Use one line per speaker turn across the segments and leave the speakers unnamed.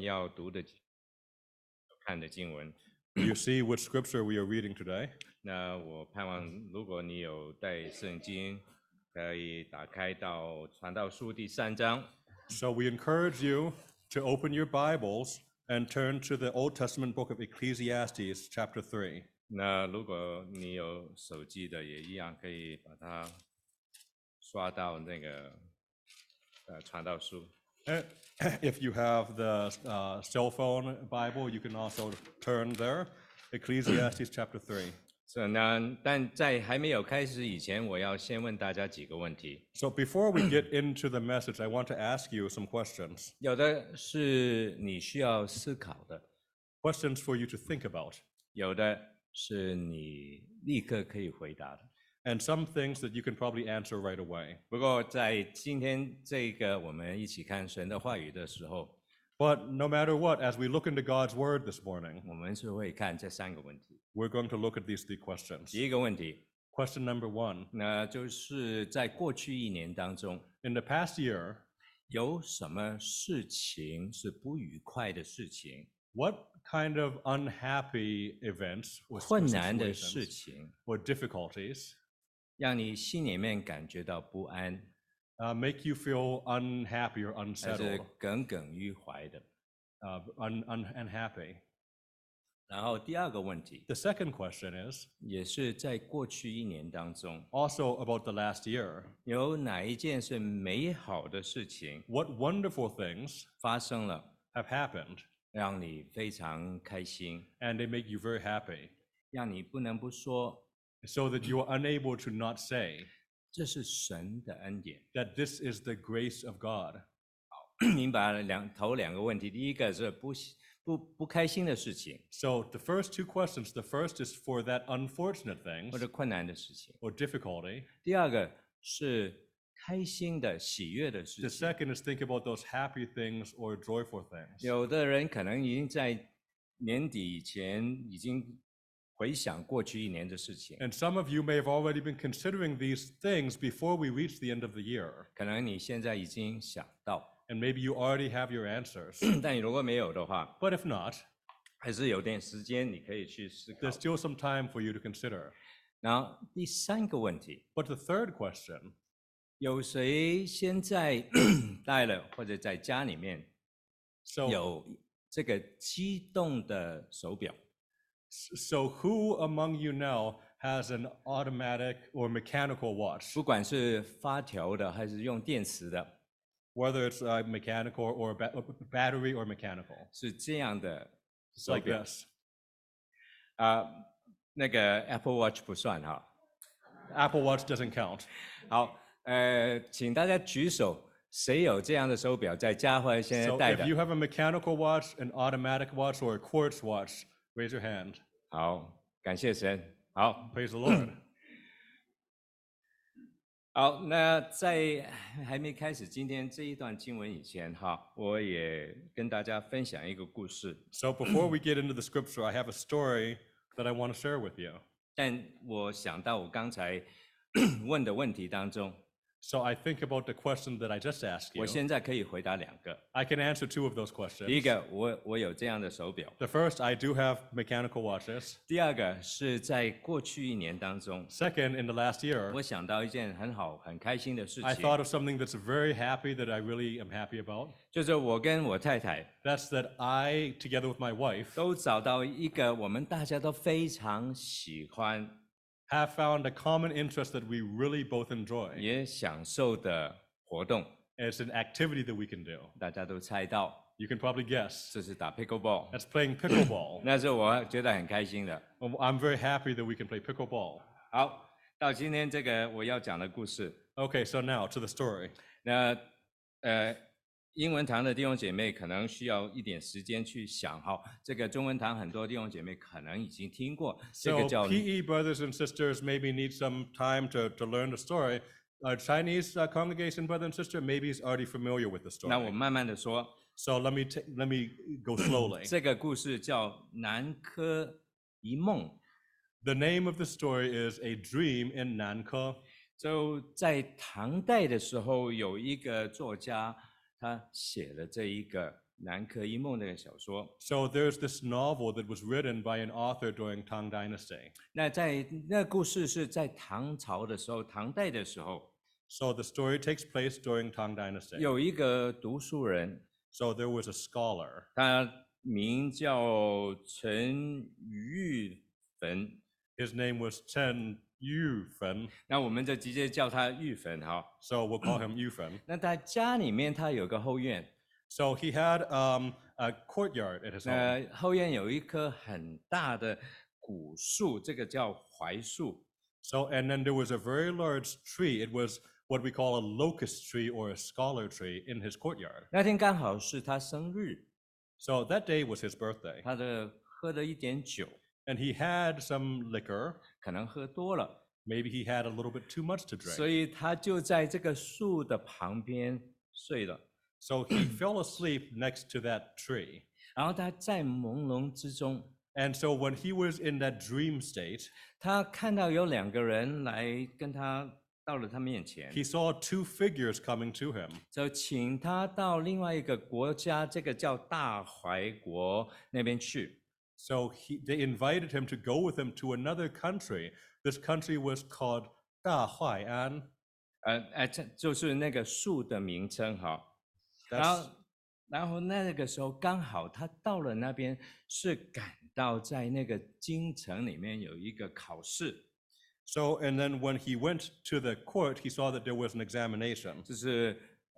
要读的、看的经文。
You see which scripture we are reading today.
那我盼望，如果你有带圣经，可以打开到《传道书》第三章。
So we encourage you to open your Bibles and turn to the Old Testament book of Ecclesiastes, chapter 3.
那如果你有手机的，也一样可以把它刷到那个呃《传道书》。
Eh, If you have the uh, cell phone Bible, you can also turn there. Ecclesiastes chapter 3.
所以呢，但在还没有开始以前，我要先问大家几个问题。
So before we get into the message, I want to ask you some questions.
有的是你需要思考的，
Questions for you to think about,
有的是你立刻可以回答的。
and some things that you can probably answer right away.
不过在今天这个我们一起看神的话语的时候，
But no matter what, as we look into God's word this morning,
我们是会看这三个问题。
we're going to look at these three questions.
第一个问题，
Question number one
那就是在过去一年当中，
In the past year,
有什么事情是不愉快的事情、
what kind of unhappy events or
困难的
situations
事情，
or difficulties
让你心里面感觉到不安，
uh, make you feel unhappy or
还是
unsettled,
耿耿于怀的？
uh, un- un- unhappy?
然后第二个问题，
The second question is
也是在过去一年当中，
also about the last year.
有哪一件是美好的事情
What wonderful things
发生了，
have happened
让你非常开心，
and they make you very happy
让你不能不说
so that you are unable to not say
这是神的恩典。
that this is the grace of God?
明白了两头两个问题，第一个是不喜不不开心的事情
So the first two questions, the first is for that unfortunate things
或者困难的事情，
or difficulty.
第二个是开心的喜悦的事
The
情。
second is think about those happy things or joyful things.
有的人可能已经在年底以前已经回想过去一年的事情，
And some of you may have already been considering these things before we reach the end of the year.
可能你现在已经想到，
And maybe you already have your answers.
但你如果没有的话，
but if not,
还是有点时间你可以去思考
there's。still some time for you to consider.
然后第三个问题，
But the third question
有谁先在 带了或者在家里面
so,
有这个激动的手表？
so who among you now has an automatic or mechanical watch?
不管是发条的还是用电池的，
Whether it's uh, mechanical or a ba- uh, battery or mechanical.
是这样的
It's
手
like
表
this
啊、那个 Apple Watch 不算哈。
Apple Watch doesn't count.
好，呃，请大家举手，谁有这样的手表在家或者现在
So
戴
if
的
you？have a mechanical watch, an automatic watch, or a quartz watch, raise your hand.
好，感谢神。好，
Praise the Lord.
好，那在还没开始今天这一段经文以前，哈，我也跟大家分享一个故事，
So before we get into the scripture, I have a story that I want to share with you.
但我想到我刚才 问的问题当中，
So I think about the question that I just asked
我
you.
现在可以回答两个。
I can answer two of those
第一
questions.
个，我我有这样的手表；
The first, I do have mechanical watches.
第二个是在过去一年当中，
Second, in the last year,
我想到一件很好、很开心的事
I
情，
thought of something that's very happy that I really am happy about.
就是我跟我太太
That's that I, together with my wife,
都找到一个我们大家都非常喜欢
have found a common interest that we really both enjoy.
也享受的活动。
It's an activity that we can do.
大家都猜到
You can probably guess.
这是打 pickleball，
That's playing pickleball.
那是我觉得很开心的。
Um, I'm very happy that we can play pickleball.
好，到今天这个我要讲的故事，
Okay, so now to the story.
那呃，英文堂的弟兄姐妹可能需要一点时间去想哈。这个中文堂很多弟兄姐妹可能已经听过，这个
So
叫
PE brothers and sisters maybe need some time to, to learn the story. Our Chinese uh, congregation brother and sister maybe is already familiar with the
那我
story.
慢慢的说，
So let me ta- let me go slowly.
这个故事叫《南柯一梦》，
the name of the story is A Dream in Nanke.
就在唐代的时候，有一个作家他写了这一个南柯一梦》这个小说。
So there's this novel that was written by an author during Tang Dynasty.
那在那故事是在唐朝的时候，唐代的时候，
So the story takes place during Tang Dynasty.
有一个读书人，
So there was a scholar.
他名叫陈玉坟，
His name was Chen Yufen.
那我们就直接叫他玉坟哈。
So we'll call him Yufen.
那他家里面他有个后院，
So he had um, a courtyard at his home.
那后院有一棵很大的古树，这个叫槐树。
So and then there was a very large tree. It was what we call a locust tree or a scholar tree in his courtyard.
那天刚好是他生日，
So that day was his birthday,
他的喝了一点酒，
and he had some liquor.
可能喝多了，
Maybe he had a little bit too much to drink.
所以他就在这个树的旁边睡了。
So he fell asleep next to that tree.
然后他在朦胧之中，
And so when he was in that dream state,
他看到有两个人来跟他到了他面前，
he saw two figures coming to him.
就请他到另外一个国家，这个叫大怀国那边去。
So he, they invited him to go with them to another country. This country was called Da Huai'an.
呃呃，这就是那个树的名称哈。然
That's,
后，然后那个时候刚好他到了那边，是赶到在那个京城里面有一个考试，
so, and then when he went to the court, he saw that there was an examination.
就是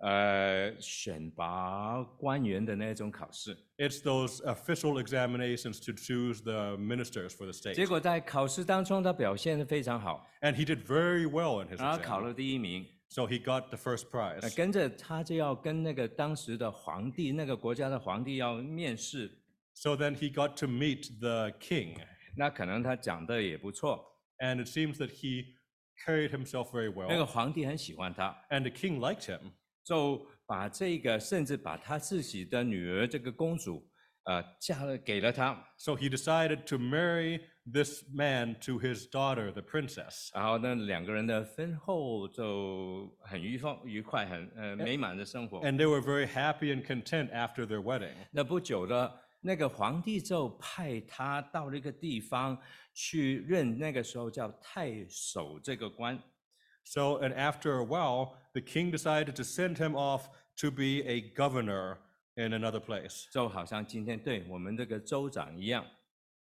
呃选拔官员的那种考试。
It's those official examinations to choose the ministers for the
结
state.
果在考试当中，他表现的非常好，
And he did very well in his
然后考
exam.
了第一名。
So he got the first
那
prize.
跟着他就要跟那个当时的皇帝，那个国家的皇帝要面试。
So then he got to meet the king.
那可能他讲的也不错，
And it seems that he carried himself very
那个
well.
皇帝很喜欢他，
And the king liked him.
就把这个甚至把他自己的女儿这个公主，呃，嫁了给了他，
So he decided to marry this man to his daughter, the princess.
然后呢，两个人的婚后就很愉放愉快，很呃美满的生活。
And they were very happy and content after their wedding.
那不久的，那个皇帝就派他到那个地方去任那个时候叫太守这个官。
So, and after a while, the king decided to send him off to be a governor in another place.
就好像今天对我们这个州长一样。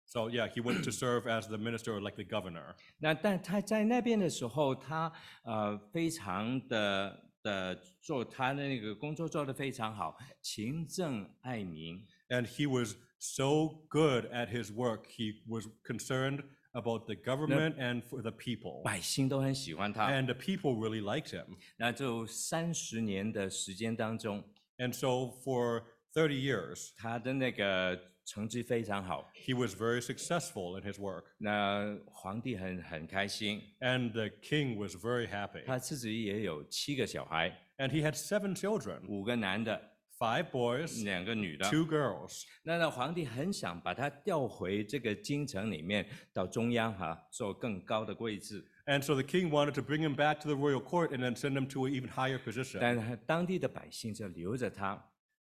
So, yeah, he went to serve as the minister or like the governor.
那但他在那边的时候，他呃非常的的做他的那个工作做得非常好，勤政爱民。
And he was so good at his work, he was concerned about the government and for the people.
百姓都很喜欢他，
And the people really liked him.
那就三十年的时间当中，
And so, for 30 years,
他的那个成绩非常好，
he was very successful in his work.
那皇帝很很开心，
And the king was very happy.
他自己也有七个小孩，
And he had seven children
五个男的，
five boys,
两个女的。
two girls.
那那皇帝很想把他调回这个京城里面，到中央哈、做更高的位置。
And so the king wanted to bring him back to the royal court and then send him to an even higher position.
但是当地的百姓就留着他，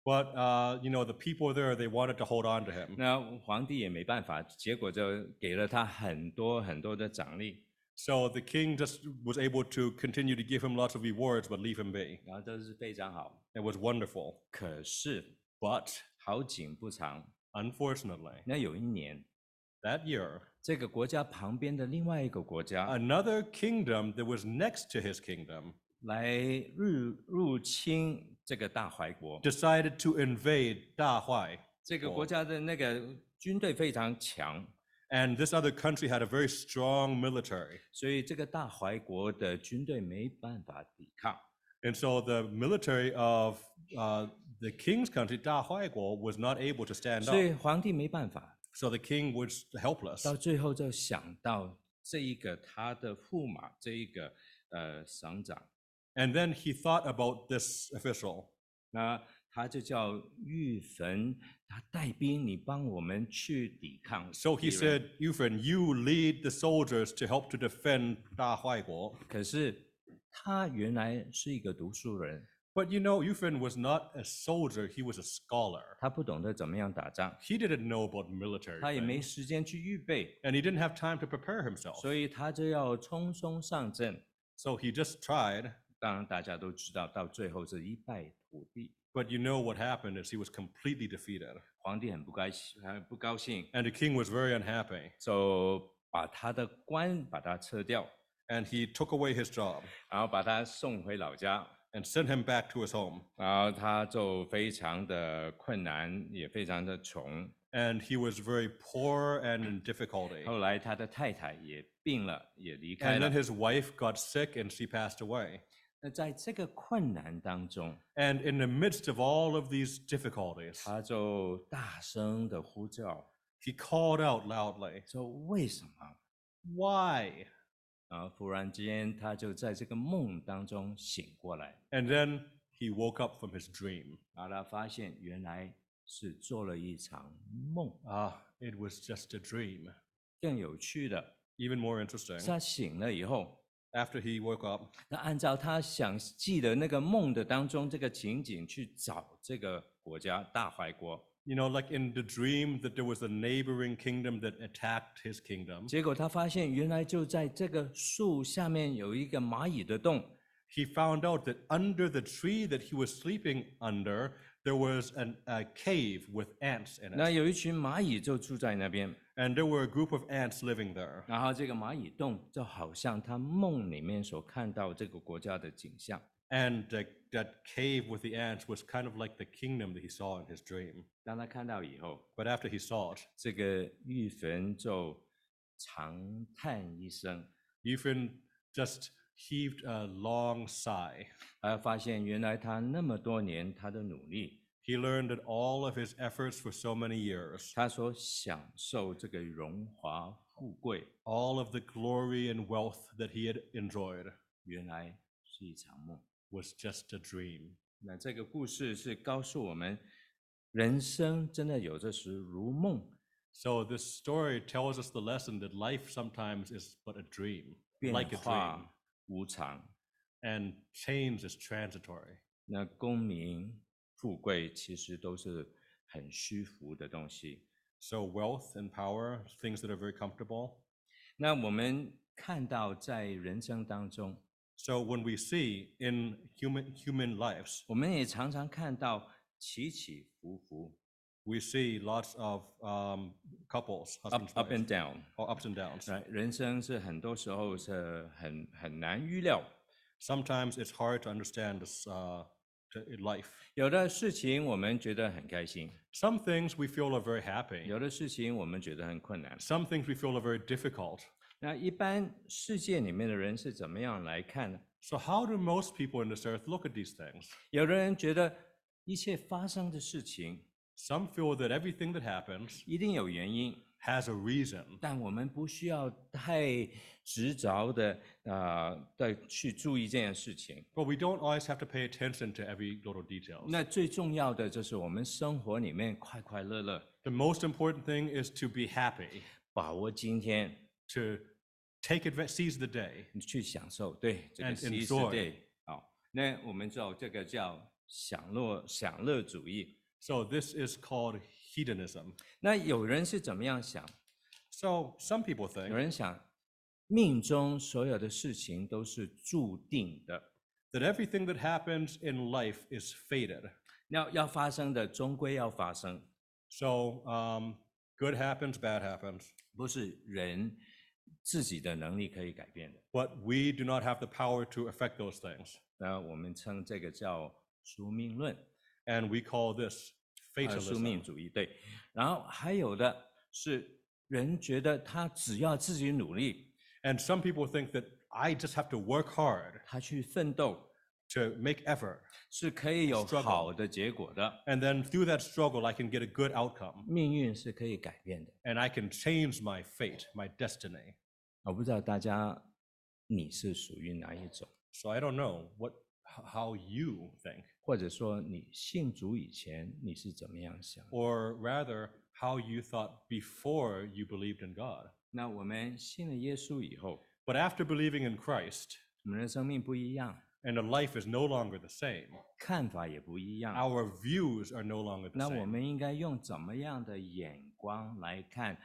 But, uh, you know, the people there, they wanted to hold on to him.
那皇帝也没办法，结果就给了他很多很多的奖励，
So the king just was able to continue to give him lots of rewards, but leave him be.
然后都是非常好。
It was wonderful.
可是
But
好景不长，
unfortunately,
那有一年，
that year,
这个国家旁边的另外一个国家
another kingdom that was next to his kingdom
来入入侵这个大怀国，
decided to invade Da Huai.
这
哦
个国家的那个军队非常强，
And this other country had a very strong military.
所以这个大怀国的军队没办法抵抗。
And so the military of uh, the king's country, Da Huaiguo, was not able to stand up.
所以皇帝没办法，
So the king was helpless.
到最后就想到这一个他的驸马，这一个呃省长，
And then he thought about this official.
那他就叫玉坟，他带兵，你帮我们去抵抗。
So he said, Yufan, you lead the soldiers to help to defend Da Huaiguo.
可是他原来是一个读书人，
But you know, Euphin was not a soldier, he was a scholar.
他不懂得怎么样打仗，
He didn't know about military.
他也
things,
没时间去预备，
and he didn't have time to prepare himself.
所以他就要匆匆上阵。
So he just tried,
当然，大家都知道，到最后是一败涂地。
but you know what happened is he was completely defeated.
皇帝很不高兴，很不高兴，
And the king was very unhappy,
就把他的官把他撤掉，
and he took away his job
然后把他送回老家，
and sent him back to his home.
然后他就非常的困难，也非常的穷。
And he was very poor and in difficulty.
后来他的太太也病了，也离开
And
了
then。his wife got sick and she passed away.
那在这个困难当中，
And in the midst of all of these difficulties,
他就大声的呼叫
he called out loudly,
说：“为什么
Why?？”
然后忽然之间，他就在这个梦当中醒过来，
And then he woke up from his dream.
然后他发现原来是做了一场梦。
Ah, it was just a dream.
更有趣的
Even more interesting,
是，他醒了以后，
after he woke up,
那按照他想记得那个梦的当中这个情景去找这个国家大怀国，
you know, like in the dream that there was a neighboring kingdom that attacked his kingdom,
结果他发现原来就在这个树下面有一个蚂蚁的洞，
he found out that under the tree that he was sleeping under, there was an, a cave with ants in it.
那有一群蚂蚁就住在那边，
And there were a group of ants living there.
然后这个蚂蚁洞就好像他梦里面所看到这个国家的景象。
And the, that cave with the ants was kind of like the kingdom that he saw in his dream.
当他看到以后，
But after he saw it,
这个玉坟就长叹一声，
Euphin just heaved a long sigh.
而发现原来他那么多年他的努力，
He learned that all of his efforts for so many years,
他所享受这个荣华富贵，
all of the glory and wealth that he had enjoyed,
原来是一场梦。
was just a dream.
那这个故事是告诉我们，人生真的有的时如梦，
So this story tells us the lesson that life sometimes is but a dream,
变
like a dream,
化无常。
and change is transitory.
那功名富贵其实都是很虚浮的东西。
So wealth and power, things that are very comfortable.
那我们看到在人生当中，
So when we see in human human lives,
我们也常常看到起起伏伏
we see lots of um, couples,
，up
husbands,
up
wives,
and down。
or ups and downs.
那人生是很多时候是很很难预料，
Sometimes it's hard to understand this uh, t- in life.
有的事情我们觉得很开心，
Some things we feel are very happy.
有的事情我们觉得很困难。
Some things we feel are very difficult.
那一般世界里面的人是怎么样来看呢？
So how do most people in this earth look at these things?
有的人觉得一切发生的事情
Some feel that everything that happens
一定有原因，
has a reason,
但我们不需要太执着的啊，再、去注意这件事情。
but we don't always have to pay attention to every little detail.
那最重要的就是我们生活里面快快乐乐，
The most important thing is to be happy,
把握今天，
to take advantage, seize the day,
你去享受，对这个
And
是一
enjoy
对，好，那我们就这个叫享乐享乐主义。
So this is called hedonism.
那有人是怎么样想？
So some people
有
think
人想，命中所有的事情都是注定的，
that everything that happens in life is fated.
要要发生的终归要发生，
So um, good happens, bad happens,
不是人自己的能力可以改变的。
but we do not have the power to affect those things,
那我们称这个叫宿命论，
and we call this
呃，宿
fatalism.
命主义。对，然后还有的是人觉得他只要自己努力，
And some people think that I just have to work hard
他去奋斗，
to make effort,
是可以有
Struggle
好的结果的，
and then through that struggle, I can get a good outcome,
命运是可以改变的。
and I can change my fate, my destiny.
我不知道大家你是属于哪一种，
So I don't know what h- how you think.
或者说你信主以前你是怎么样想的？
or rather how you thought before you believed in God.
那我们信了耶稣以后，
But after believing in Christ
我们的生命不一样，
and the life is no longer the same.
看法也不一样。
Our views are no longer the
那我
same.
们应该用怎么样的眼光来看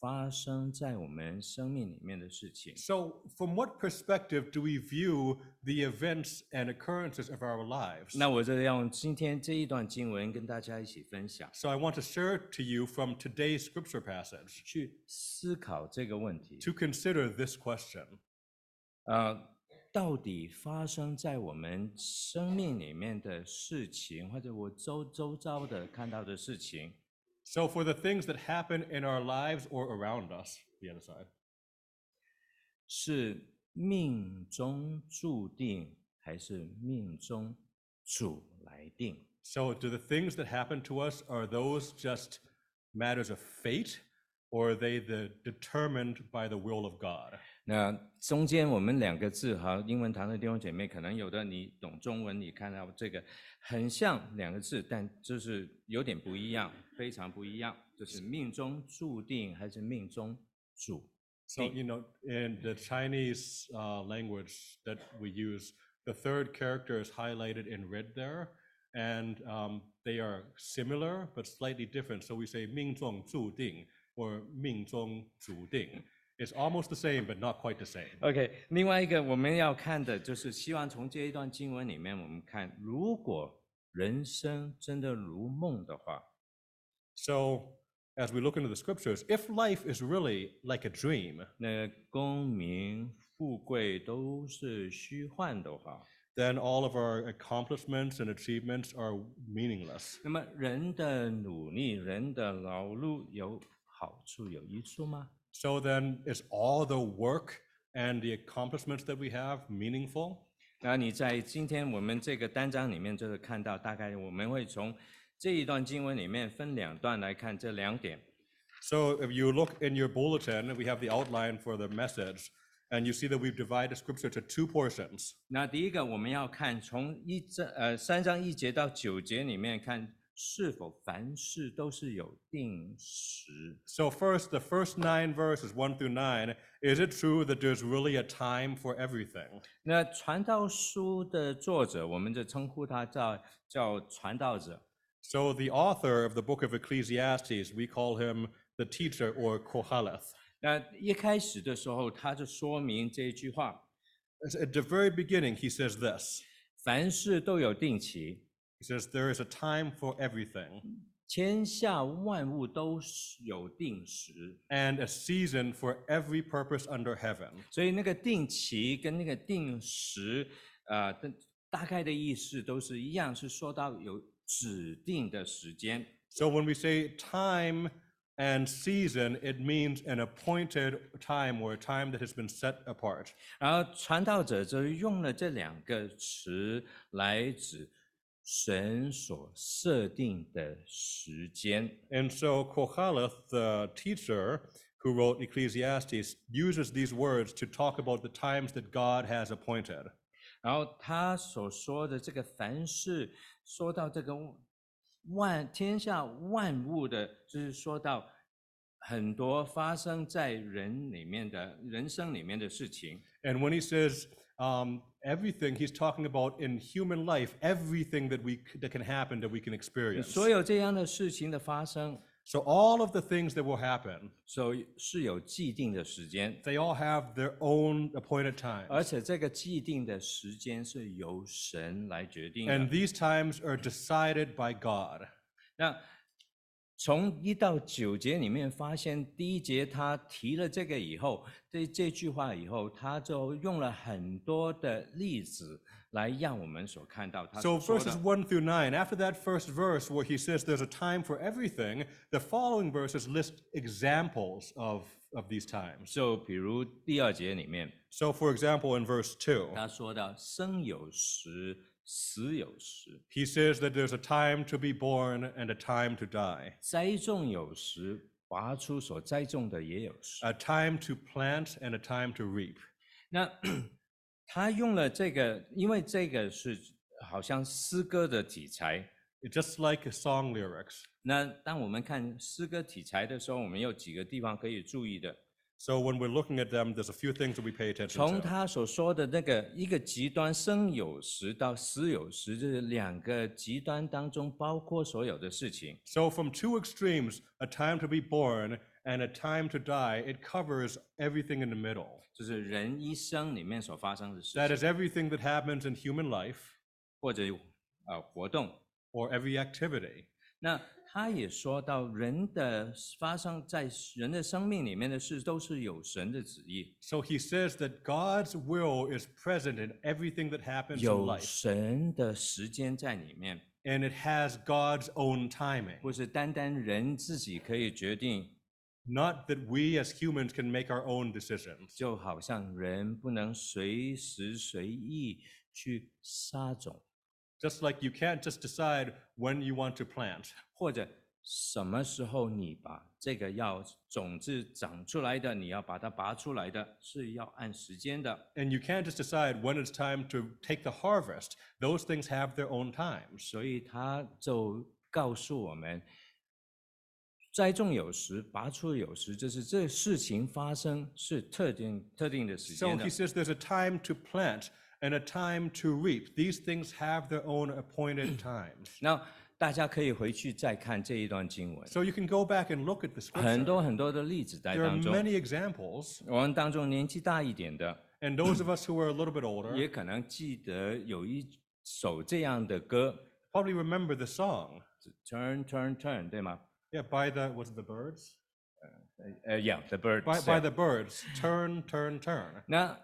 发生在我们生命里面的事情？
So, from what perspective do we view the events and occurrences of our lives?
那我就用今天这一段经文跟大家一起分享，
So, I want to share to you from today's scripture passage
去思考这个问题。
to consider this question
呃，到底发生在我们生命里面的事情，或者我周周遭的看到的事情，
So, for the things that happen in our lives or around us, the other side,
是命中注定，还是命中主来定？
so do the things that happen to us, are those just matters of fate or are they the determined by the will of God?
那中间我们两个字哈，英文堂的弟兄姐妹，可能有的你懂中文，你看到这个很像两个字，但就是有点不一样，非常不一样，就是命中注定还是命中主。
So, you know, in the Chinese uh, language that we use, the third character is highlighted in red there, and um, they are similar but slightly different. So we say "ming zhong zhu ding" or "ming zhong zhu ding." It's almost the same, but not quite the same.
OK，另外一个我们要看的就是，希望从这一段经文里面，我们看，如果人生真的如梦的话，
So, as we look into the scriptures, if life is really like a dream,
那功名富贵都是虚幻的话，
then all of our accomplishments and achievements are meaningless.
那么人的努力、人的劳碌有好处、有益处吗？
So then, is all the work and the accomplishments that we have meaningful?
那你在今天我们这个单章里面，就是看到大概我们会从这一段经文里面分两段来看这两点。
So if you look in your bulletin, we have the outline for the message, and you see that we've divided scripture to two portions.
那第一个我们要看从一章呃三章一节到九节里面看是否凡事都是有定时。
So first, the first nine verses, one through nine, is it true that there's really a time for everything?
那传道书的作者，我们就称呼他叫叫传道者。
So the author of the book of Ecclesiastes, we call him the teacher or Kohaleth.
那一开始的时候，他就说明这一句话：
At the very beginning, he says this.
凡事都有定期，
He says, there is a time for everything.
天下万物都是有定时。
and a season for every purpose under heaven.
所以那个定期跟那个定时，呃，的大概的意思都是一样，是说到有指定的时间。
So when we say time and season, it means an appointed time or a time that has been set apart.
然后传道者就用了这两个词来指神所设定的时间。
And so Kohaleth, the teacher who wrote Ecclesiastes, uses these words to talk about the times that God has appointed.
然后他所说的这个凡事，说到这个万天下万物的，就是说到很多发生在人里面的人生里面的事情。
And when he says um, everything, he's talking about in human life, everything that we c- that can happen, that we can experience.
所有这样的事情的发生，
So all of the things that will happen,
所以是有既定的时间，
they all have their own appointed time.
而且这个既定的时间是由神来决定的。
And these times are decided by God.
那从一到九节里面发现，第一节他提了这个以后，这这句话以后，他就用了很多的例子来让我们所看到他
So
所说
verses
的。
1 through 9, after that first verse where he says there's a time for everything, the following verses list examples of, of these times.
就比如第二节里面，
So for example, in verse 2,
他说到生有时，死有时，
he says that there's a time to be born and a time to die,
栽种有时，拔出所栽种的也有时。
a time to plant and a time to reap.
那 他用了这个，因为这个是好像诗歌的题材。
It's just like song lyrics.
那当我们看诗歌题材的时候，我们有几个地方可以注意的。
So when we're looking at them, there's a few things that we pay attention
从
to.
他所说的那个一个极端生有时到死有时，这两个极端当中包括所有的事情。
So from two extremes, a time to be born and a time to die, it covers everything in the middle.
就是人一生里面所发生的事情，
That is everything that happens in human life
或者呃活动。
or every activity.
那他也说到，人的发生在人的生命里面的事，都是有神的旨意，
So he says that God's will is present in everything that happens in
有
life,
神的时间在里面，
and it has God's own timing.
不是单单人自己可以决定。
Not that we as humans can make our own decisions.
就好像人不能随时随意去撒种，
Just like you can't just decide when you want to plant,
或者什么时候你把这个要种子长出来的，你要把它拔出来的，是要按时间的。
and you can't just decide when it's time to take the harvest. Those things have their own times.
所以他就告诉我们，栽种有时，拔出有时，就是这事情发生是特定特定的时
So
间的
he。says there's a time to plant and a time to reap. These things have their own appointed times.
那大家可以回去再看这一段经文，
So you can go back and look at the
很
scripture.
多很多的例子在
There are
当中。
many examples,
我们当中年纪大一点的，
and those of us who are a little bit older
也可能记得有一首这样的歌
probably remember the song.
是，Turn Turn Turn，对吗？
Yeah, by the was it the birds?
呃、y e a h t h e
By,
Birds。
by the birds, turn, turn, turn.
那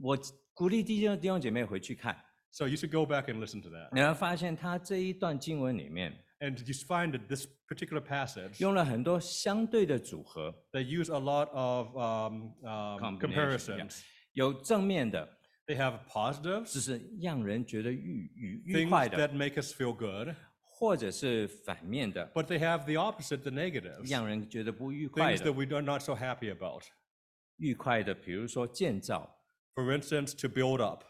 我鼓励弟兄弟兄姐妹回去看，
So you should go back and listen to that.
你会发现他这一段经文里面
And did you find that this particular passage,
用了很多相对的组合，
they use a lot of um, um,
Combination, yeah.
comparisons.
有正面的，
They have positives,
就是让人觉得愉愉愉
things
快的，
that make us feel good,
或者是反面的，
but they have the opposite, the negatives,
让人觉得不愉快
things
的
that。we are not so happy about.
愉快的，比如说建造；
For instance, to build up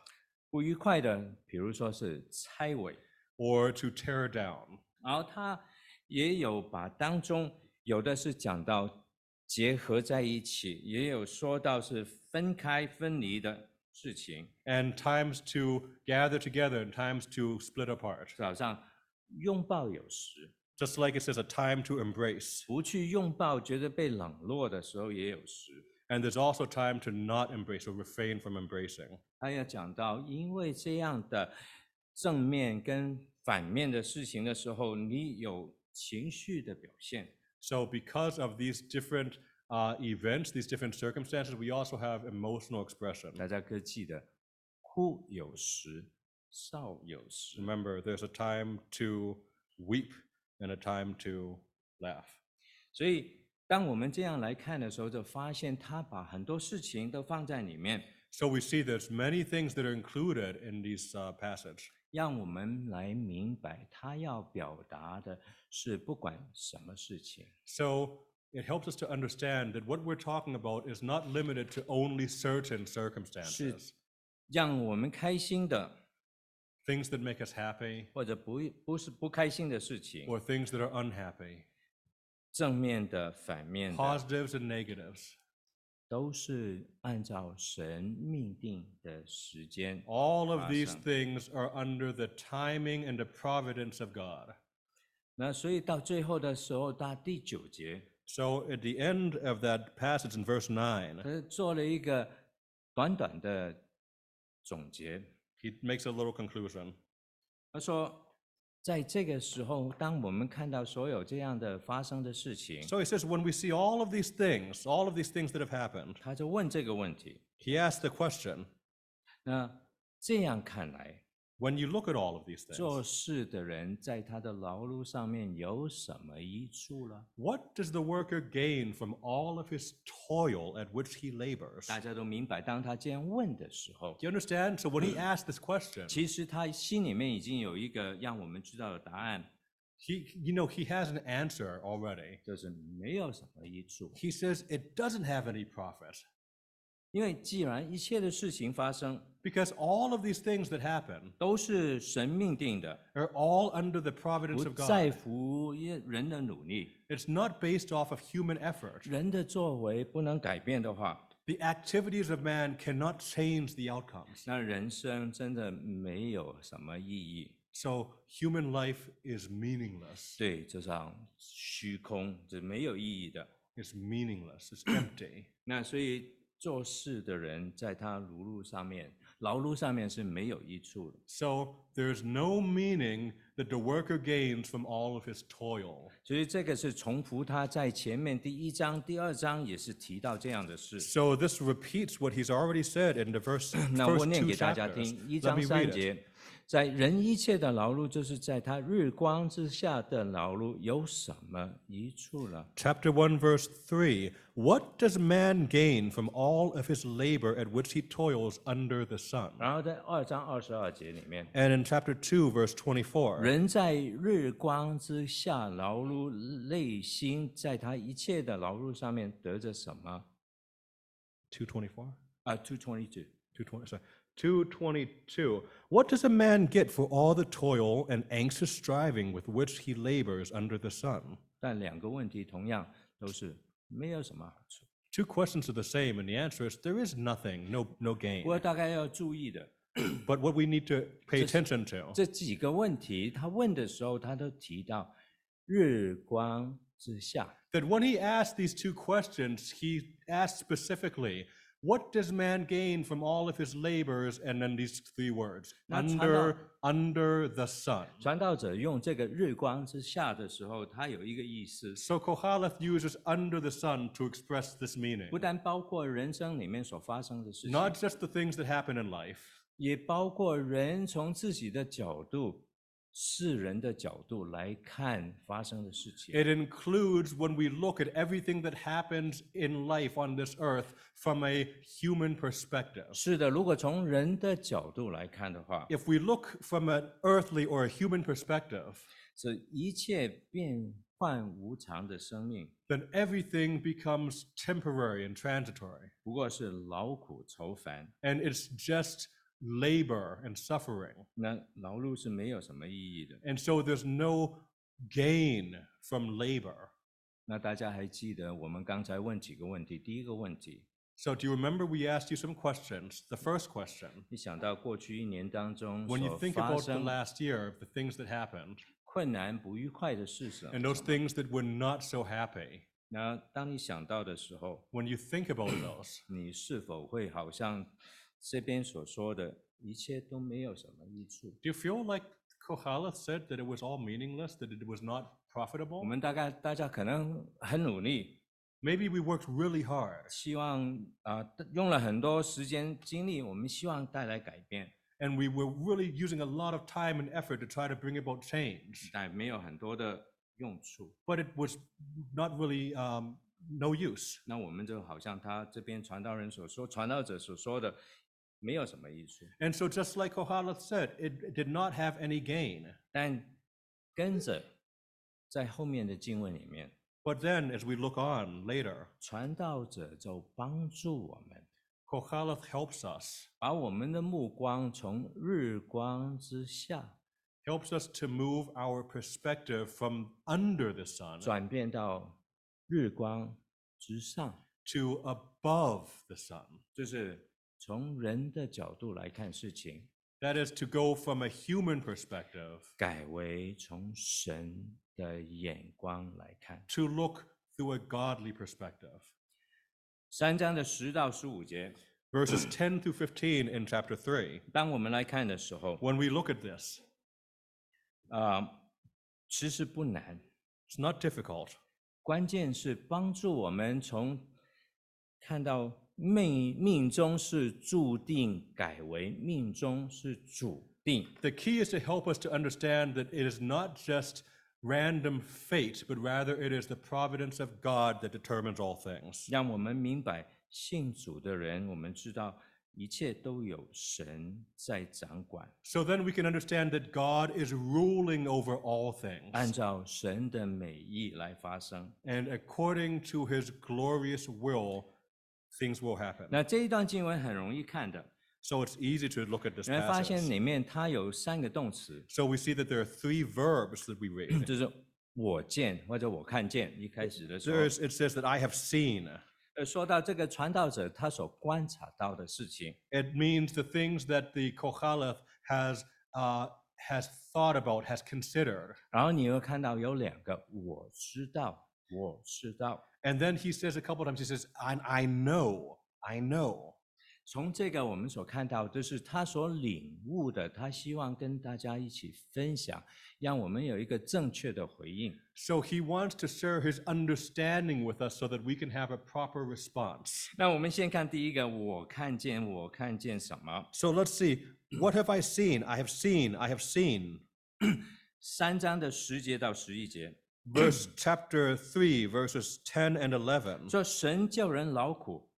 不愉快的，比如说是拆毁。
or to tear down.
然后他也有把当中有的是讲到结合在一起，也有说到是分开分离的事情，
and times to gather together and times to split apart.
就好像拥抱有时，
Just like it says, a time to embrace.
不去拥抱觉得被冷落的时候也有时。
And there's also time to not embrace or refrain from embracing.
他也讲到，因为这样的正面跟反面的事情的时候，你有情绪的表现，
So, because of these different uh, events, these different circumstances, we also have emotional expression.
大家可以记得，哭有时，笑有时。
Remember, there's a time to weep and a time to laugh.
所以，当我们这样来看的时候，就发现他把很多事情都放在里面，
So, we see there's many things that are included in these uh, passage.
让我们来明白他要表达的是不管什么事情。
So it helps us to understand that what we're talking about is not limited to only certain circumstances,
让我们开心的，
things that make us happy
或者不不是不开心的事情，
or things that are unhappy,
正面的、反面的，
positives and negatives.
都是按照神命定的时间。
All of these
Awesome.
things are under the timing and the providence of God.
那所以到最后的时候，到第九节，
So at the end of that passage in verse 9,
他做了一个短短的总结。
he makes a little conclusion.
他说，在这个时候，当我们看到所有这样的发生的事情，
So he says, when we see all of these things, all of these things that have happened,
他就问这个问题。
he asks the question,
那这样看来，
when you look at all of these things,
做事的人在他的劳碌上面有什么益处呢？
What does the worker gain from all of his toil at which he labors?
大家都明白，当他这样问的时候
Do，you understand? So when he asked this question,
其实他心里面已经有一个让我们知道的答案，
he you know he has an answer already.
就是没有什么益处。
He says it doesn't have any profit.
因为既然一切的事情发生
Because all of these things that happen
都是神命定的，
are all under the providence
不
of
在
God.
乎一人的努力，
It's not based off of human effort.
人的作为不能改变的话，
The activities of man cannot change the outcomes.
那人生真的没有什么意义。
So human life is meaningless.
对，就像虚空，这没有意义的。
It's meaningless. It's empty.
那所以做事的人在他劳碌上面，劳碌上面是没有益处的。
So there's no meaning that the worker gains from all of his toil.
所以这个是重复他在前面第一章、第二章也是提到这样的事。
So this repeats what he's already said in the verse
那我
first
念
two
给大家
chapters.
听，一
Let
章
me
三
read it.
节，在人一切的劳碌，就是在他日光之下的劳碌，有什么益处呢？
Chapter 1, verse 3 What does man gain from all of his labor at which he toils under the sun?
然后在二章二十二节里面，
And in chapter 2, verse 24
人在日光之下劳碌，内心在他一切的劳碌上面得着什么？
224?
啊，two twenty two。
220, sorry. 222. What does a man get for all the toil and anxious striving with which he labors under the sun?
但两个问题同样都是没有什么好处。
Two questions are the same, and the answer is there is nothing, no, no
不过
gain.
大概要注意的，
But what we need to pay attention to
这几个问题他问的时候，他都提到日光之下。
that when he asked these two questions, he asked specifically, What does man gain from all of his labors? And then these three words
那查到-
under, under the sun.
传道者用这个日光之下的时候，他有一个意思，
So Kohaleth uses under the sun to express this meaning.
不但包括人生里面所发生的事情，
Not just the things that happen in life,
也包括人从自己的角度、世人的角度来看发生的事情。
it includes when we look at everything that happens in life on this earth from a human perspective.
是的，如果从人的角度来看的话，
If we look from an earthly or a human perspective,
这一切变幻无常的生命，
then everything becomes temporary and transitory.
不过是劳苦愁烦。
And it's just labor and suffering.
那劳碌是没有什么意义的。
And so there's no gain from labor.
那大家还记得我们刚才问几个问题？第一个问题，
So, do you remember we asked you some questions? The first question
一想到过去一年当中
when
所
you think
发
about the
生
last year, of the things that happened,
困难、不愉快的事什
and those things that were not so happy,
那当你想到的时候，
when you think about those,
你是否会好像这边所说的，一切都没有什么益处？
do you feel like Kohaleth said that it was all meaningless, that it was not
我
profitable?
们大概大家可能很努力，
Maybe we worked really hard
希望啊、呃用了很多时间精力，我们希望带来改变，
and we were really using a lot of time and effort to try to bring about change.
但没有很多的用处。
but it was not really um, no use.
那我们就好像他这边传道人所说，传道者所说的，没有什么益处。
And so, just like Kohaleth said, it, it did not have any gain.
但跟着在后面的经文里面，
But then, as we look on later,
传道者就帮助我们，
Kohaleth helps us,
把我们的目光从日光之下
helps us to move our perspective from under the sun
转变到日光之上，
to above the sun.
就是从人的角度来看事情，
That is to go from a human perspective
改为从神的眼光来看。
to look through a godly perspective.
三章的十到十五节，
Verses 10 through 15 in chapter 3.
当我们来看的时候，
When we look at this,
啊、其实不难，
it's not difficult.
关键是帮助我们从看到命命中是注定，改为命中是主定。
The key is to help us to understand that it is not just random fate, but rather it is the providence of God that determines all things.
让我们明白信主的人，我们知道一切都有神在掌管，
So then we can understand that God is ruling over all things
按照神的美意来发生。
and according to his glorious will things will happen.
那这一段经文很容易看的，
So it's easy to look at this
你会发
passage.
现里面它有三个动词，
So we see that there are three verbs that we read.
就是我见或者我看见。一开始的时
There's,
候，
it says that I have seen.
呃，说到这个传道者他所观察到的事情，
It means the things that the Kohaleth has, uh, has thought about, has considered.
然后你又看到有两个我知道，我知道。
And then he says a couple times, he says, and I know, I know.
从这个我们所看到，就是他所领悟的，他希望跟大家一起分享，让我们有一个正确的回应。
So he wants to share his understanding with us so that we can have a proper response.
那我们先看第一个，我看见，我看见什么？
So let's see. What have I seen? I have seen, I have seen.
三章的十节到十一节，
Verse chapter 3, verses 10 and 11.
说神叫人劳苦，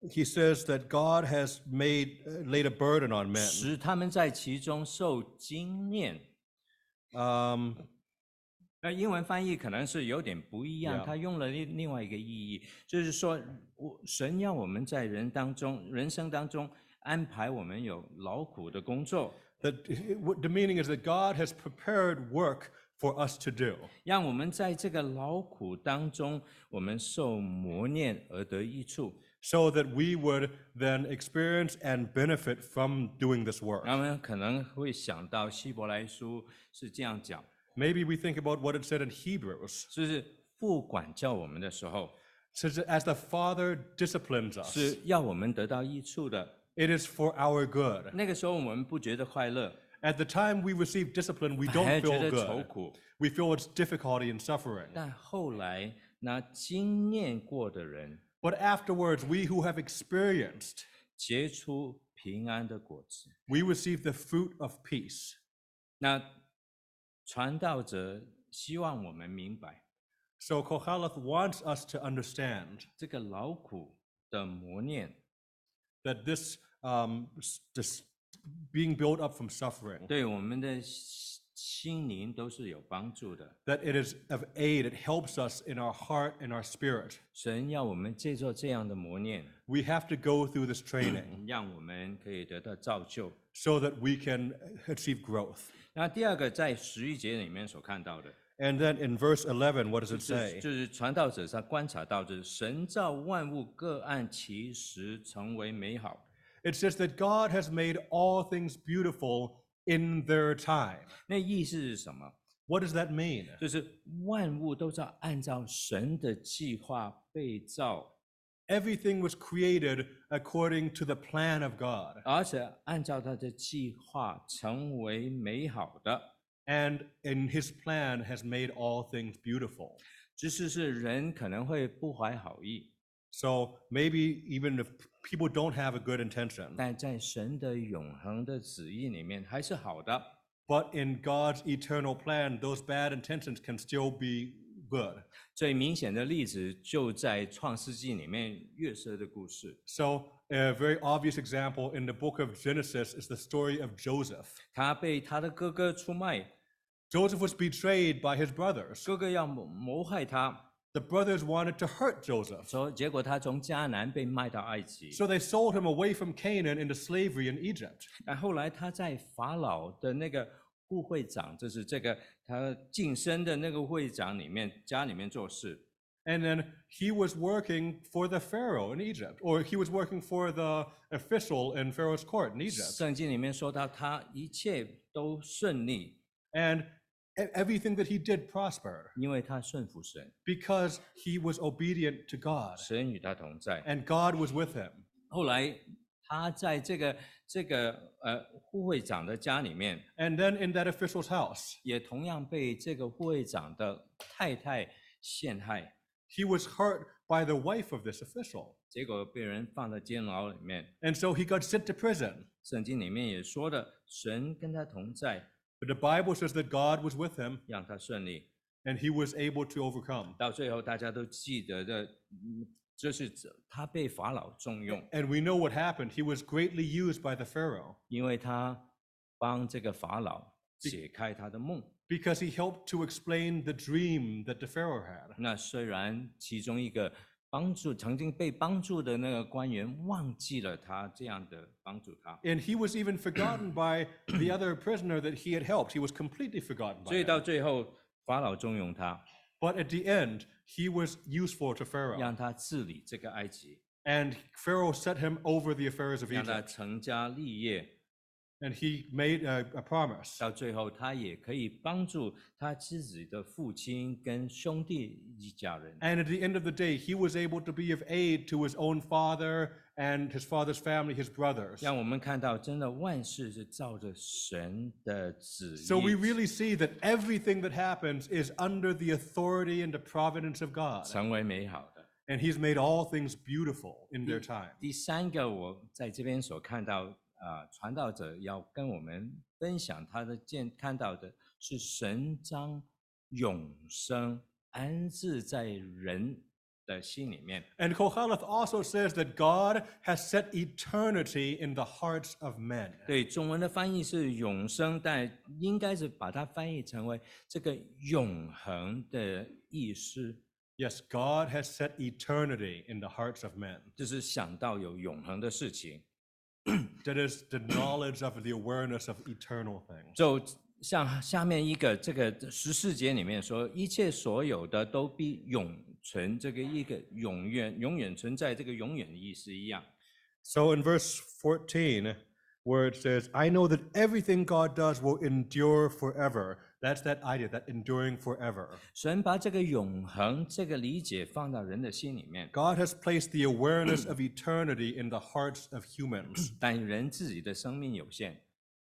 he says that God has made uh, laid a burden on men.
使他们在其中受经验。
Um,
那英文翻译可能是有点不一样，
Yeah.
他用了另另外一个意义，就是说，我神要我们在人当中、人生当中安排我们有劳苦的工作，
that what the meaning is that God has prepared work for us to do,
让我们在这个劳苦当中，我们受磨练而得益处，
so that we would then experience and benefit from doing this work.
然后呢可能会想到希伯来书是这样讲，
Maybe we think about what it said in Hebrews.
就是父管教我们的时候，
It says, as the Father disciplines us,
是要我们得到益处的。
it is for our good.
那个时候我们不觉得快乐，
At the time we receive discipline, we
还
don't
觉
feel
得愁
good.
苦，
We feel it's difficulty and suffering.
但后来那经验过的人
But afterwards, we who have experienced
结出平安的果子。
we receive the fruit of peace.
那传道者希望我们明白，
So Kohaleth wants us to understand
这个劳苦的磨练
that this, um, s- this being built up from suffering,
对我们的心心灵都是有帮助的。
that it is of aid, it helps us in our heart and our spirit.
神要我们借做这样的磨练，
We have to go through this training
让我们可以得到造就。
so that we can uh, achieve growth.
那第二个，在十一节里面所看到的，
And then in verse 11, what does it
就是
say?
就是传道者他观察到，就是神造万物各按其时成为美好。
It says that God has made all things beautiful in their time.
那意思是什么？
What does that mean?
就是万物都在按照神的计划被造，
Everything was created according to the plan of God.
而且按照他的计划成为美好的。
and in his plan has made all things beautiful.
只是是人可能会不怀好意，
So maybe even if people don't have a good intention,
但在神的永恒的旨意里面还是好的。
but in God's eternal plan, those bad intentions can still be good.
最明显的例子就在创世纪里面约瑟的故事，
So a very obvious example in the book of Genesis is the story of Joseph.
他被他的哥哥出卖，
Joseph was betrayed by his brothers.
哥哥要谋谋害他，
The brothers wanted to hurt Joseph.
说结果他从迦南被卖到埃及。
So they sold him away from Canaan into slavery in Egypt.
那后来他在法老的那个护会长，就是这个他晋升的那个会长里面家里面做事，
And then he was working for the Pharaoh in Egypt, or he was working for the official in Pharaoh's court in Egypt.
圣经里面说到他一切都顺利，
And e- everything that he did prospered
因为他顺服神，
because he was obedient to God
神与他同在。
and God was with him.
后来他在这个这个呃护会长的家里面，
And then in that official's house,
也同样被这个护会长的太太陷害，
he was hurt by the wife of this official.
结果被人放到监牢里面。
And so he got sent to prison.
圣经里面也说的，神跟他同在，
But the Bible says that God was with him
让他顺利。
and he was able to overcome.
到最后大家都记得的，嗯就是他被法老重用，
And we know what happened. He was greatly used by the Pharaoh
因为他帮这个法老解开他的梦。
because he helped to explain the dream that the Pharaoh had.
那虽然其中一个帮助曾经被帮助的那个官员忘记了他这样的帮助他，
And he was even forgotten by the other prisoner that he had helped. He was completely forgotten
所以
by him.
到最后法老重用他，
But at the end, he was useful to Pharaoh.
让他治理这个埃及，
And Pharaoh set him over the affairs of
让他
Egypt.
成家立业，
And he made a, a promise.
到最后他也可以帮助他自己的父亲跟兄弟一家人。
And at the end of the day, he was able to be of aid to his own father and his father's family, his brothers.
让我们看到，真的万事是照着神的旨意。
So we really see that everything that happens is under the authority and the providence of God.
成为美好的。
And he's made all things beautiful in their time.
第三个，我在这边所看到，啊、传道者要跟我们分享他的见看到的是神将永生安置在人的心里面。
And Koheleth also says that God has set eternity in the hearts of men.
对，中文的翻译是永生，但应该是把它翻译成为这个永恒的意思，
Yes, God has set eternity in the hearts of men.
就是想到有永恒的事情。
That is the knowledge of the awareness of eternal things.
就像下面一个这个十四节里面说，一切所有的都必永存，这个一个永远永远存在这个永远的意思一样。
So in verse 14, where it says, I know that everything God does will endure forever. That's that idea, that enduring forever.
神把这个永恒这个理解放到人的心里面，
God has placed the awareness of eternity in the hearts of humans,
但人自己的生命有限，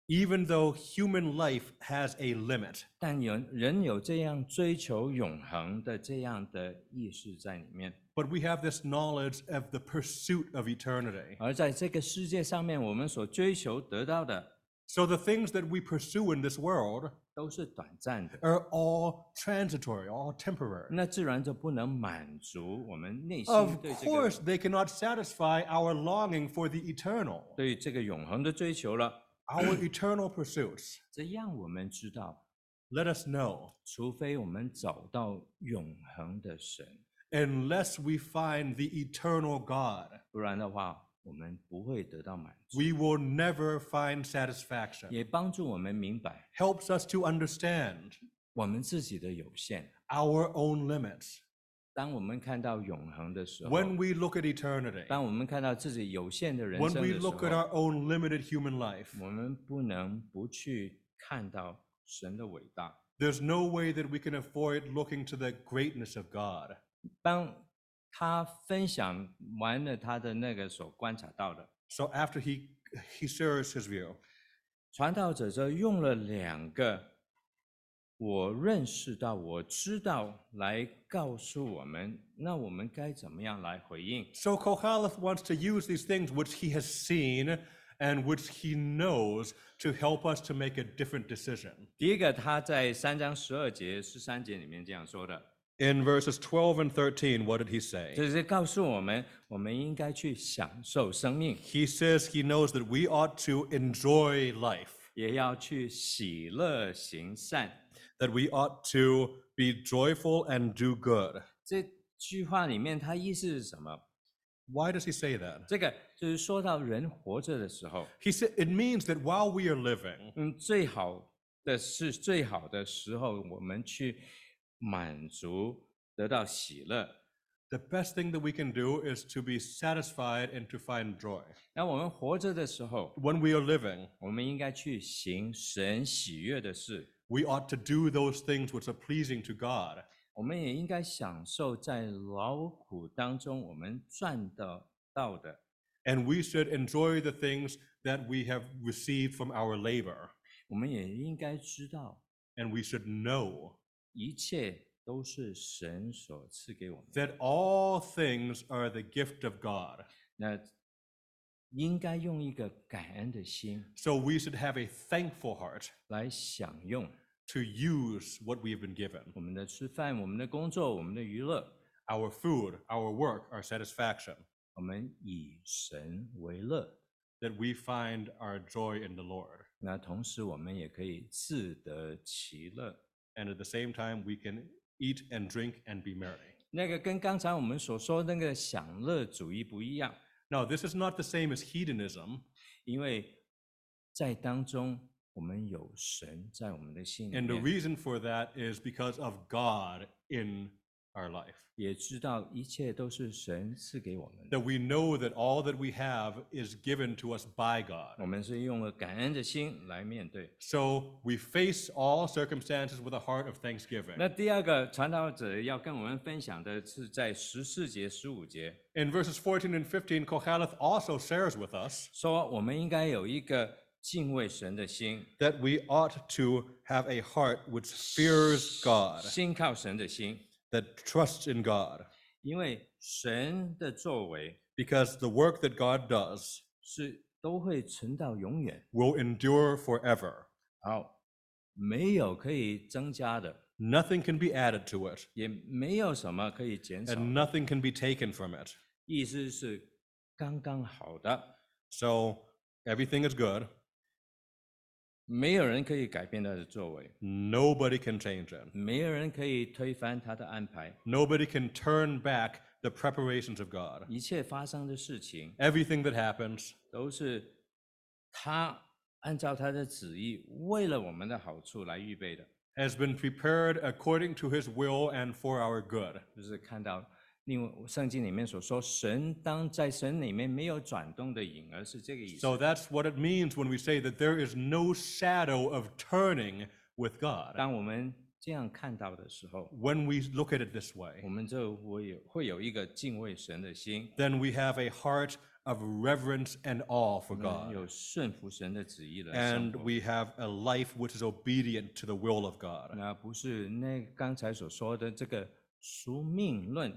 even though human life has a limit.
但有人有这样追求永恒的这样的意识在里面。
But we have this knowledge of the pursuit of eternity.
而在这个世界上面，我们所追求得到的
So the things that we pursue in this world
都是短暂的，
are all transitory, all temporary.
那自然就不能满足我们内心
Of
对这个
course, they cannot satisfy our longing for the eternal,
对这个永恒的追求了。
our eternal pursuits.
这样我们知道，
Let us know,
除非我们找到永恒的神，
unless we find the eternal God,
不然的话，我们不会得到满足。
we will never find satisfaction.
也帮助我们明白
Helps us to understand
我们自己的有限。
our own limits.
当我们看到永恒的时候，
When we look at eternity,
当我们看到自己有限的人
when
生的
we
时
look at
候，
our own limited human life,
我们不能不去看到神的伟大。
there's no way that we can avoid looking to the greatness of God.
当他分享完了他的那个所观察到的，
So after he he shares his view,
传道者则用了两个我认识到、我知道来告诉我们，那我们该怎么样来回应？
so Kohaleth wants to use these things which he has seen and which he knows to help us to make a different decision.
第一个，他在三章十二节、十三节里面这样说的，
In verses 12 and 13, what did he say?
就是告诉我们，我们应该去享受生命，
He says he knows that we ought to enjoy life,
也要去喜乐行善。
that we ought to be joyful and do good.
这句话里面，它意思是什么？
Why does he say that?
这个就是说到人活着的时候，
He said it means that while we are living,
嗯，最好的是最好的时候，我们去满足，得到喜乐。
the best thing that we can do is to be satisfied and to find joy.
那我们活着的时候，
When we are living,
我们应该去行神喜悦的事，
we ought to do those things which are pleasing to God.
我们也应该享受在劳苦当中我们赚得到的。
And we should enjoy the things that we have received from our labor.
我们也应该知道，
And we should know
一切都是神所赐给我们的。
that all things are the gift of God.
那应该用一个感恩的心
So we should have a thankful heart
来享用
to use what we have been given
我们的吃饭、我们的工作、我们的娱乐，
our food, our work, our satisfaction,
我们以神为乐。
that we find our joy in the Lord.
那同时，我们也可以自得其乐，
And at the same time, we can eat and drink and be merry.
那个跟刚才我们所说那个享乐主义不一样，
Now, this is not the same as hedonism.
因为在当中我们有神在我们的心里
And the
面，
reason for that is because of God in our life.
也知道一切都是神赐给我们的。
That we know that all that we have is given to us by God.
我们是用了感恩的心来面对。
So we face all circumstances with a heart of
那
thanksgiving.
第二个传道者要跟我们分享的是在十四节、十五节
In verses 14 and 15, Kohaleth also shares with us
说，我们应该有一个敬畏神的心，
that we ought to have a heart which fears God,
心靠神的心，
that trusts in God,
因为神的作为
because the work that God does
是都会存到永远。
will endure forever.
好，没有可以增加的，
Nothing can be added to it,
也没有什么可以减少的，
and nothing can be taken from it.
意思是刚刚好的，
So everything is good.
没有人可以改变他的作为，
Nobody can change it.
没有人可以推翻他的安排，
Nobody can turn back the preparations of God.
一切发生的事情
Everything that happens
都是他按照他的旨意，为了我们的好处来预备的，
has been prepared according to his will and for our good.
就是看到。另外，圣经里面所说，神当在神里面没有转动的影儿是这个意思。
So that's what it means when we say that there is no shadow of turning with God.
当我们这样看到的时候，
When we look at it this
我
way,
们就会有会有一个敬畏神的心，
then we have a heart of reverence and awe for
我们
Oh God.
有顺服神的旨意来生
And
活。
we have a life which is obedient to the will of God.
那不是那刚才所说的这个宿命论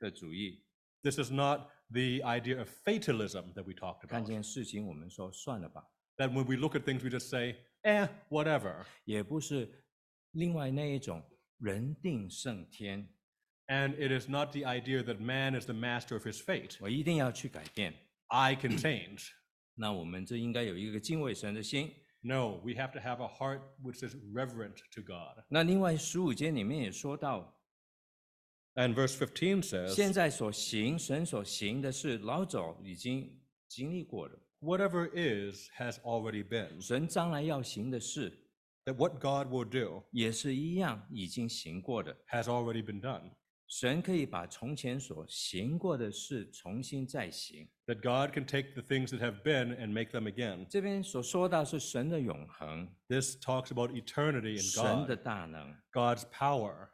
的主义，
This is not the idea of fatalism that we talked
看
about.
见事情我们说算了吧，
That when we look at things, we just say, eh, whatever.
也不是另外那一种人定胜天，
And it is not the idea that man is the master of his fate.
我一定要去改变。
I can change.
那我们就应该有一个敬畏神的心。
No, we have to have a heart which is reverent to God.
那另外十五节里面也说到，
And verse 15 says,
现在所行神所行的事，老早已经经历过了。
whatever is has already been.
神将来要行的事
That what God will do
也是一样，已经行过的。
has already been done.
神可以把从前所行过的事重新再行。
That God can take the things that have been and make them again.
这边所说到是神的永恒，
This talks about eternity and
神的
God,
大能。
God's power.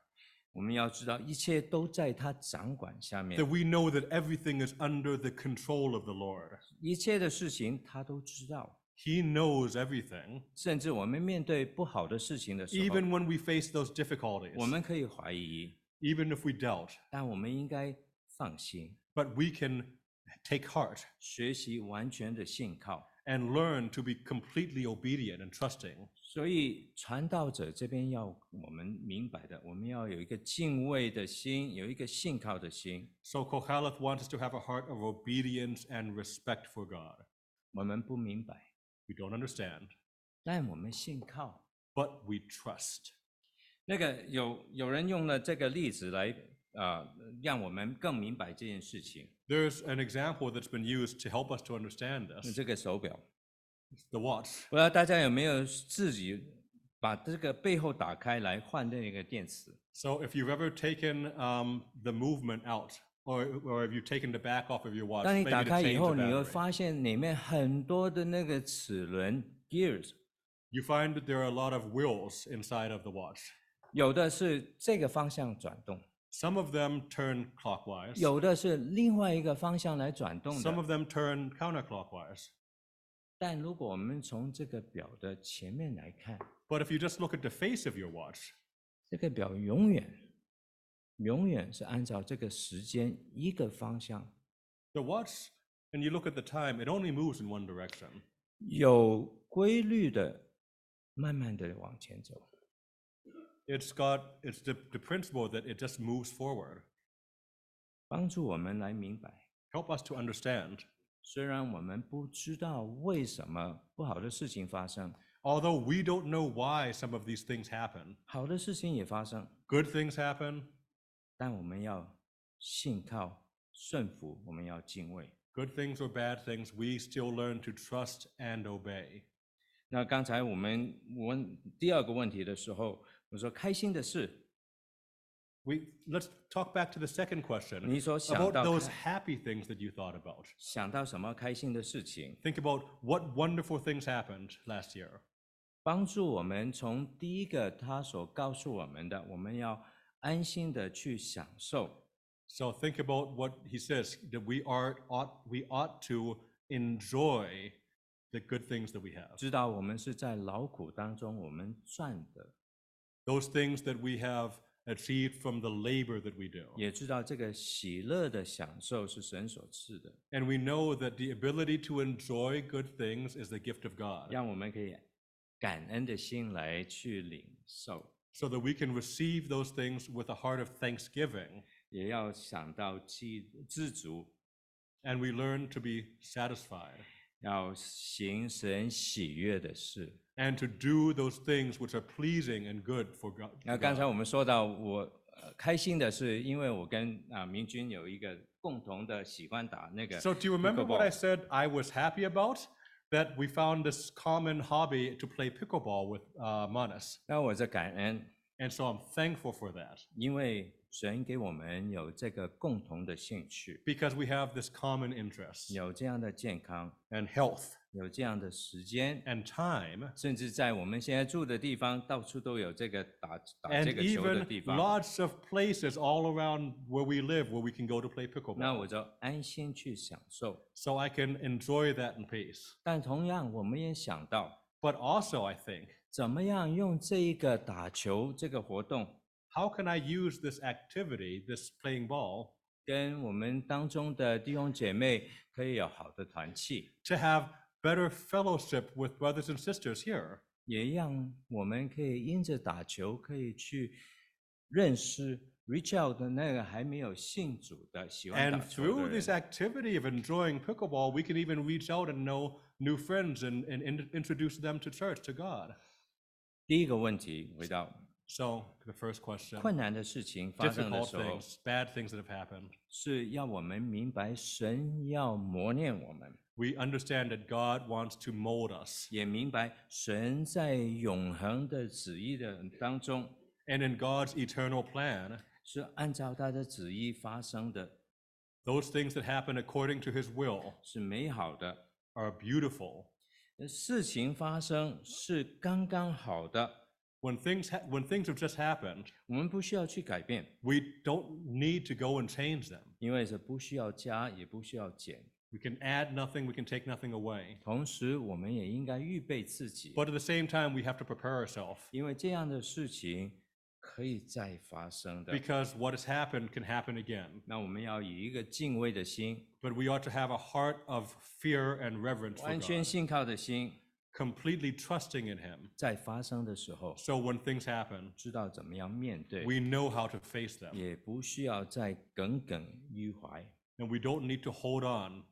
我们要知道，一切都在他掌管下面
That，we know that everything is under the control of the Lord.
一切的事情他都知道。
He knows everything,
甚至我们面对不好的事情的时候，
even when we face those difficulties,
我们可以怀疑，
even if we doubt.
但我们应该放心，
But we can take heart
学习完全的信靠。
and learn to be completely obedient and trusting.
所以传道者这边要我们明白的，我们要有一个敬畏的心，有一个信靠的心。
So Kohaleth wants us to have a heart of obedience and respect for God.
我们不明白，
We don't understand,
但我们信靠。
but we trust.
那个有有人用了这个例子来呃，让我们更明白这件事情。
There's an example that's been used to help us to understand
那
this.
这个手表，
The watch.
不知道大家有没有自己把这个背后打开来换那个电池？
So if you've ever taken um, the movement out, or or if you've taken the back off of your watch,
当你
maybe
打
to
开以
change the
后，你会
battery.
发现里面很多的那个齿轮 gears，
you find that there are a lot of wheels inside of the watch.
有的是这个方向转动。
Some of them turn clockwise.
有的是另外一个方向来转动
Some of
的。
them turn counterclockwise.
但如果我们从这个表的前面来看，
But if you just look at the face of your watch,
这个表永远永远是按照这个时间一个方向，
the watch, and you look at the time, it only moves in one direction.
有规律的慢慢的往前走。
It's got it's the, the principle that it just moves forward.
帮助我们来明白，
Help us to understand.
虽然我们不知道为什么不好的事情发生，
Although we don't know why some of these things happen,
好的事情也发生，
good things happen,
但我们要信靠、顺服，我们要敬畏。
Good things or bad things, we still learn to trust and obey.
那刚才我们问第二个问题的时候，我说开心的事，
We let's talk back to the second question
你所想
about
到
those
开-
happy things that you thought about.
想到什么开心的事情，
Think about what wonderful things happened last year.
帮助我们从第一个他所告诉我们的，我们要安心的去享受。
So think about what he says that we are ought we ought to enjoy the good things that we have.
知道我们是在劳苦当中我们赚的，
Those things that we have achieved from the labor that we do.
也知道这个喜乐的享受是神所赐的，
And we know that the ability to enjoy good things is the gift of God.
让我们可以感恩的心来去领受，
So that we can receive those things with a heart of thanksgiving
也要想到知知足，
and we learn to be satisfied.
要行神喜悦的事。
and to do those things which are pleasing and good for God.
那
for
刚
God.
才我们说到我，呃开心的是，因为我跟啊明君有一个共同的喜欢打那个
So do you remember what I
pickleball
said I was happy about? That we found this common hobby to play pickleball with uh, Manas.
那我在感恩，
And so I'm thankful for that
因为神给我们有这个共同的兴趣，
because we have this common interest
有这样的健康，
and health
有这样的时间，
and time
甚至在我们现在住的地方，到处都有这个打打
and
这个球的
even
地方。
lots of places all around where we live where we can go to play
那
pickleball.
我就安心去享受，
So I can enjoy that in peace.
但同样，我们也想到
But also, I think,
怎么样用这一个打球这个活动
how can I use this activity, this playing ball,
跟我们当中的弟兄姐妹可以有好的团契，
to have better fellowship with brothers and sisters here,
也让我们可以因着打球可以去认识 reach out 的那个还没有信主的喜欢打
and
球
through
的
this
人。
activity of enjoying pickleball, we can even reach out and know new friends and, and in- introduce them to church, to God.
第一个问题，回到
So the first question,
困难的事情发生的
difficult
时候，
things, bad things that have happened.
是要我们明白神要磨练我们，
We understand that God wants to mold us,
也明白神在永恒的旨意的当中
and in God's eternal plan,
是按照他的旨意发生的，
those things that happen according to His will
是美好的。
are beautiful.
事情发生是刚刚好的，
When things ha- when things have just happened,
我们不需要去改变，
we don't need to go and change them.
因为是不需要加，也不需要减。
We can add nothing, we can take nothing away.
同时，我们也应该预备自己，
But at the same time, we have to prepare ourselves
因为这样的事情可以再发生的。
because what has happened can happen again.
那我们要以一个敬畏的心、
But we ought to have a heart of fear and reverence for
完全
God,
信靠的心，
completely trusting in Him.
在发生的时候
So when things happen,
知道怎么样面对，
we know how to face them
也不需要再耿耿于怀。
and we don't need to hold on.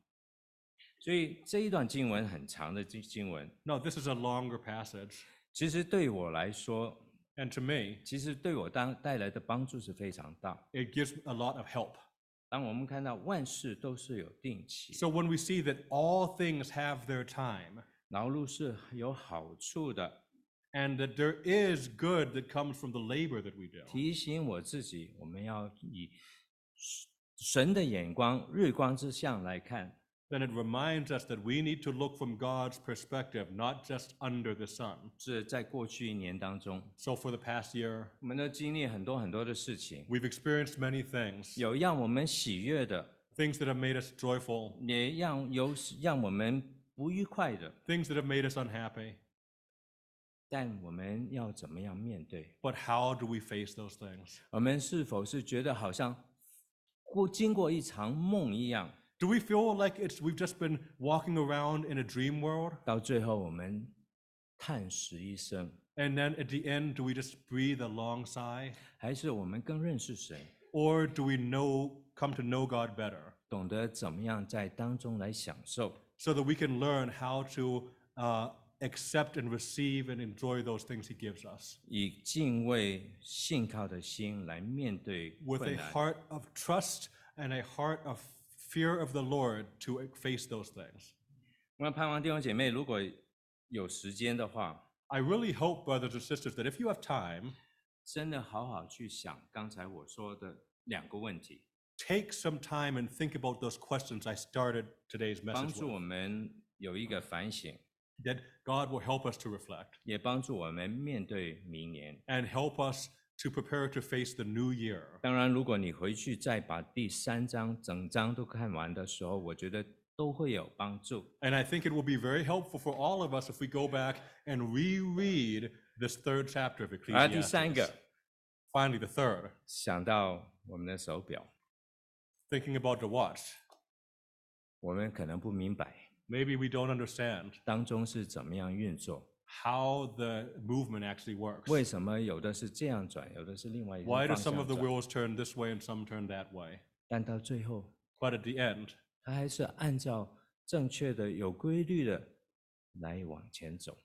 所以这一段经文很长的经经文，
No, this is a longer passage.
其实对我来说
And to me,
其实对我当带来的帮助是非常大。
it gives a lot of help.
当我们看到万事都是有定期，
So when we see that all things have their time,
劳碌是有好处的，
and that there is good that comes from the labor that we do.
提醒我自己，我们要以神神的眼光、日光之相来看，
then it reminds us that we need to look from God's perspective, not just under the sun.
是在过去一年当中，
So for the past year,
我们都经历很多很多的事情，
we've experienced many things,
有让我们喜悦的，
things that have made us joyful,
也让有让我们不愉快的。
things that have made us unhappy.
但我们要怎么样面对？
But how do we face those things?
我们是否是觉得好像过经过一场梦一样？
Do we feel like it's we've just been walking around in a dream world?
到最后我们叹息一生，
And then at the end, do we just breathe a long sigh?
还是我们更认识神，
Or do we know come to know God better?
懂得怎么样在当中来享受？
so that we can learn how to uh, accept and receive and enjoy those things He gives us
以敬畏信靠的心来面对
with
困
a
难，
heart of trust and a heart of fear of the Lord to face those things.
我盼望弟兄姐妹如果有时间的话，
I really hope, brothers and sisters, that if you have time,
真的好好去想刚才我说的两个问题，
take some time and think about those questions I started today's
帮
message
助
with.
我们有一个反省，
That God will help us to reflect
也帮助我们面对明年。
and help us to prepare to face the new year.
当然，如果你回去再把第三章整章都看完的时候，我觉得都会有帮助。
And I think it will be very helpful for all of us if we go back and reread this third chapter of
而第三
Ecclesiastes.
个，
Finally, the third,
想到我们的手表，
thinking about the watch.
我们可能不明白
Maybe we don't understand
当中是怎么样运作，
how the movement actually works.
为什么有的是这样转，有的是另外一个
Why do
方
some
向
of the
转，
wheels turn this way and some turn that way?
但到最后
But at the end,
它还是按照正确的、有规律的来往前走。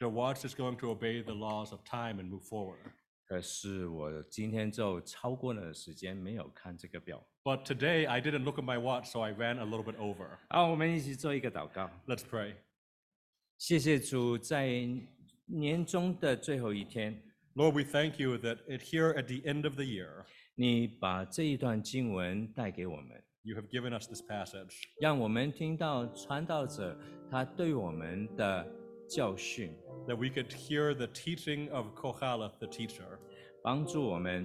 the watch is going to obey the laws of time and move forward.
可呃是我今天就超过了时间，没有看这个表。
But today, I didn't look at my watch, so I ran a little bit over.
好，我们一起做一个祷告。
Let's pray.
谢谢主，在年终的最后一天，
Lord, we thank you that it, here at the end of the year,
你把这一段经文带给我们，
you have given us this passage.
让我们听到传道者他对我们的教训，
that we could hear the teaching of Kohaleth, the teacher,
帮助我们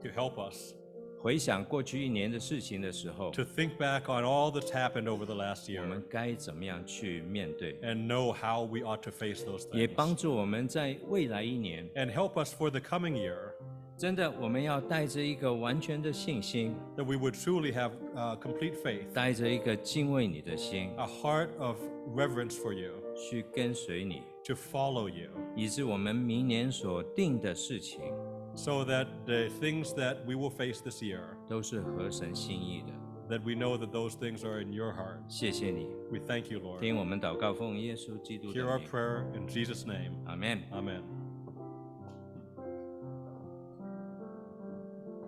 to help us
回想过去一年的事情的时候，
to think back on all that's happened over the last
我们
year
该怎么样去面对，
and know how we ought to face those
也帮
things.
助我们在未来一年，
And help us for the coming year
真的我们要带着一个完全的信心，
that we would truly have uh, complete faith,
带着一个敬畏你的心
a heart of reverence for you,
去跟随你，
to follow you,
以致我们明年所定的事情。
so that the things that we will face this year,
都是合神心意的。
that we know that those things are in your heart.
谢谢你，
We thank you, Lord.
听我们祷告，奉耶稣基督
Hear our
的名，
prayer in Jesus' name.
阿门。
Amen.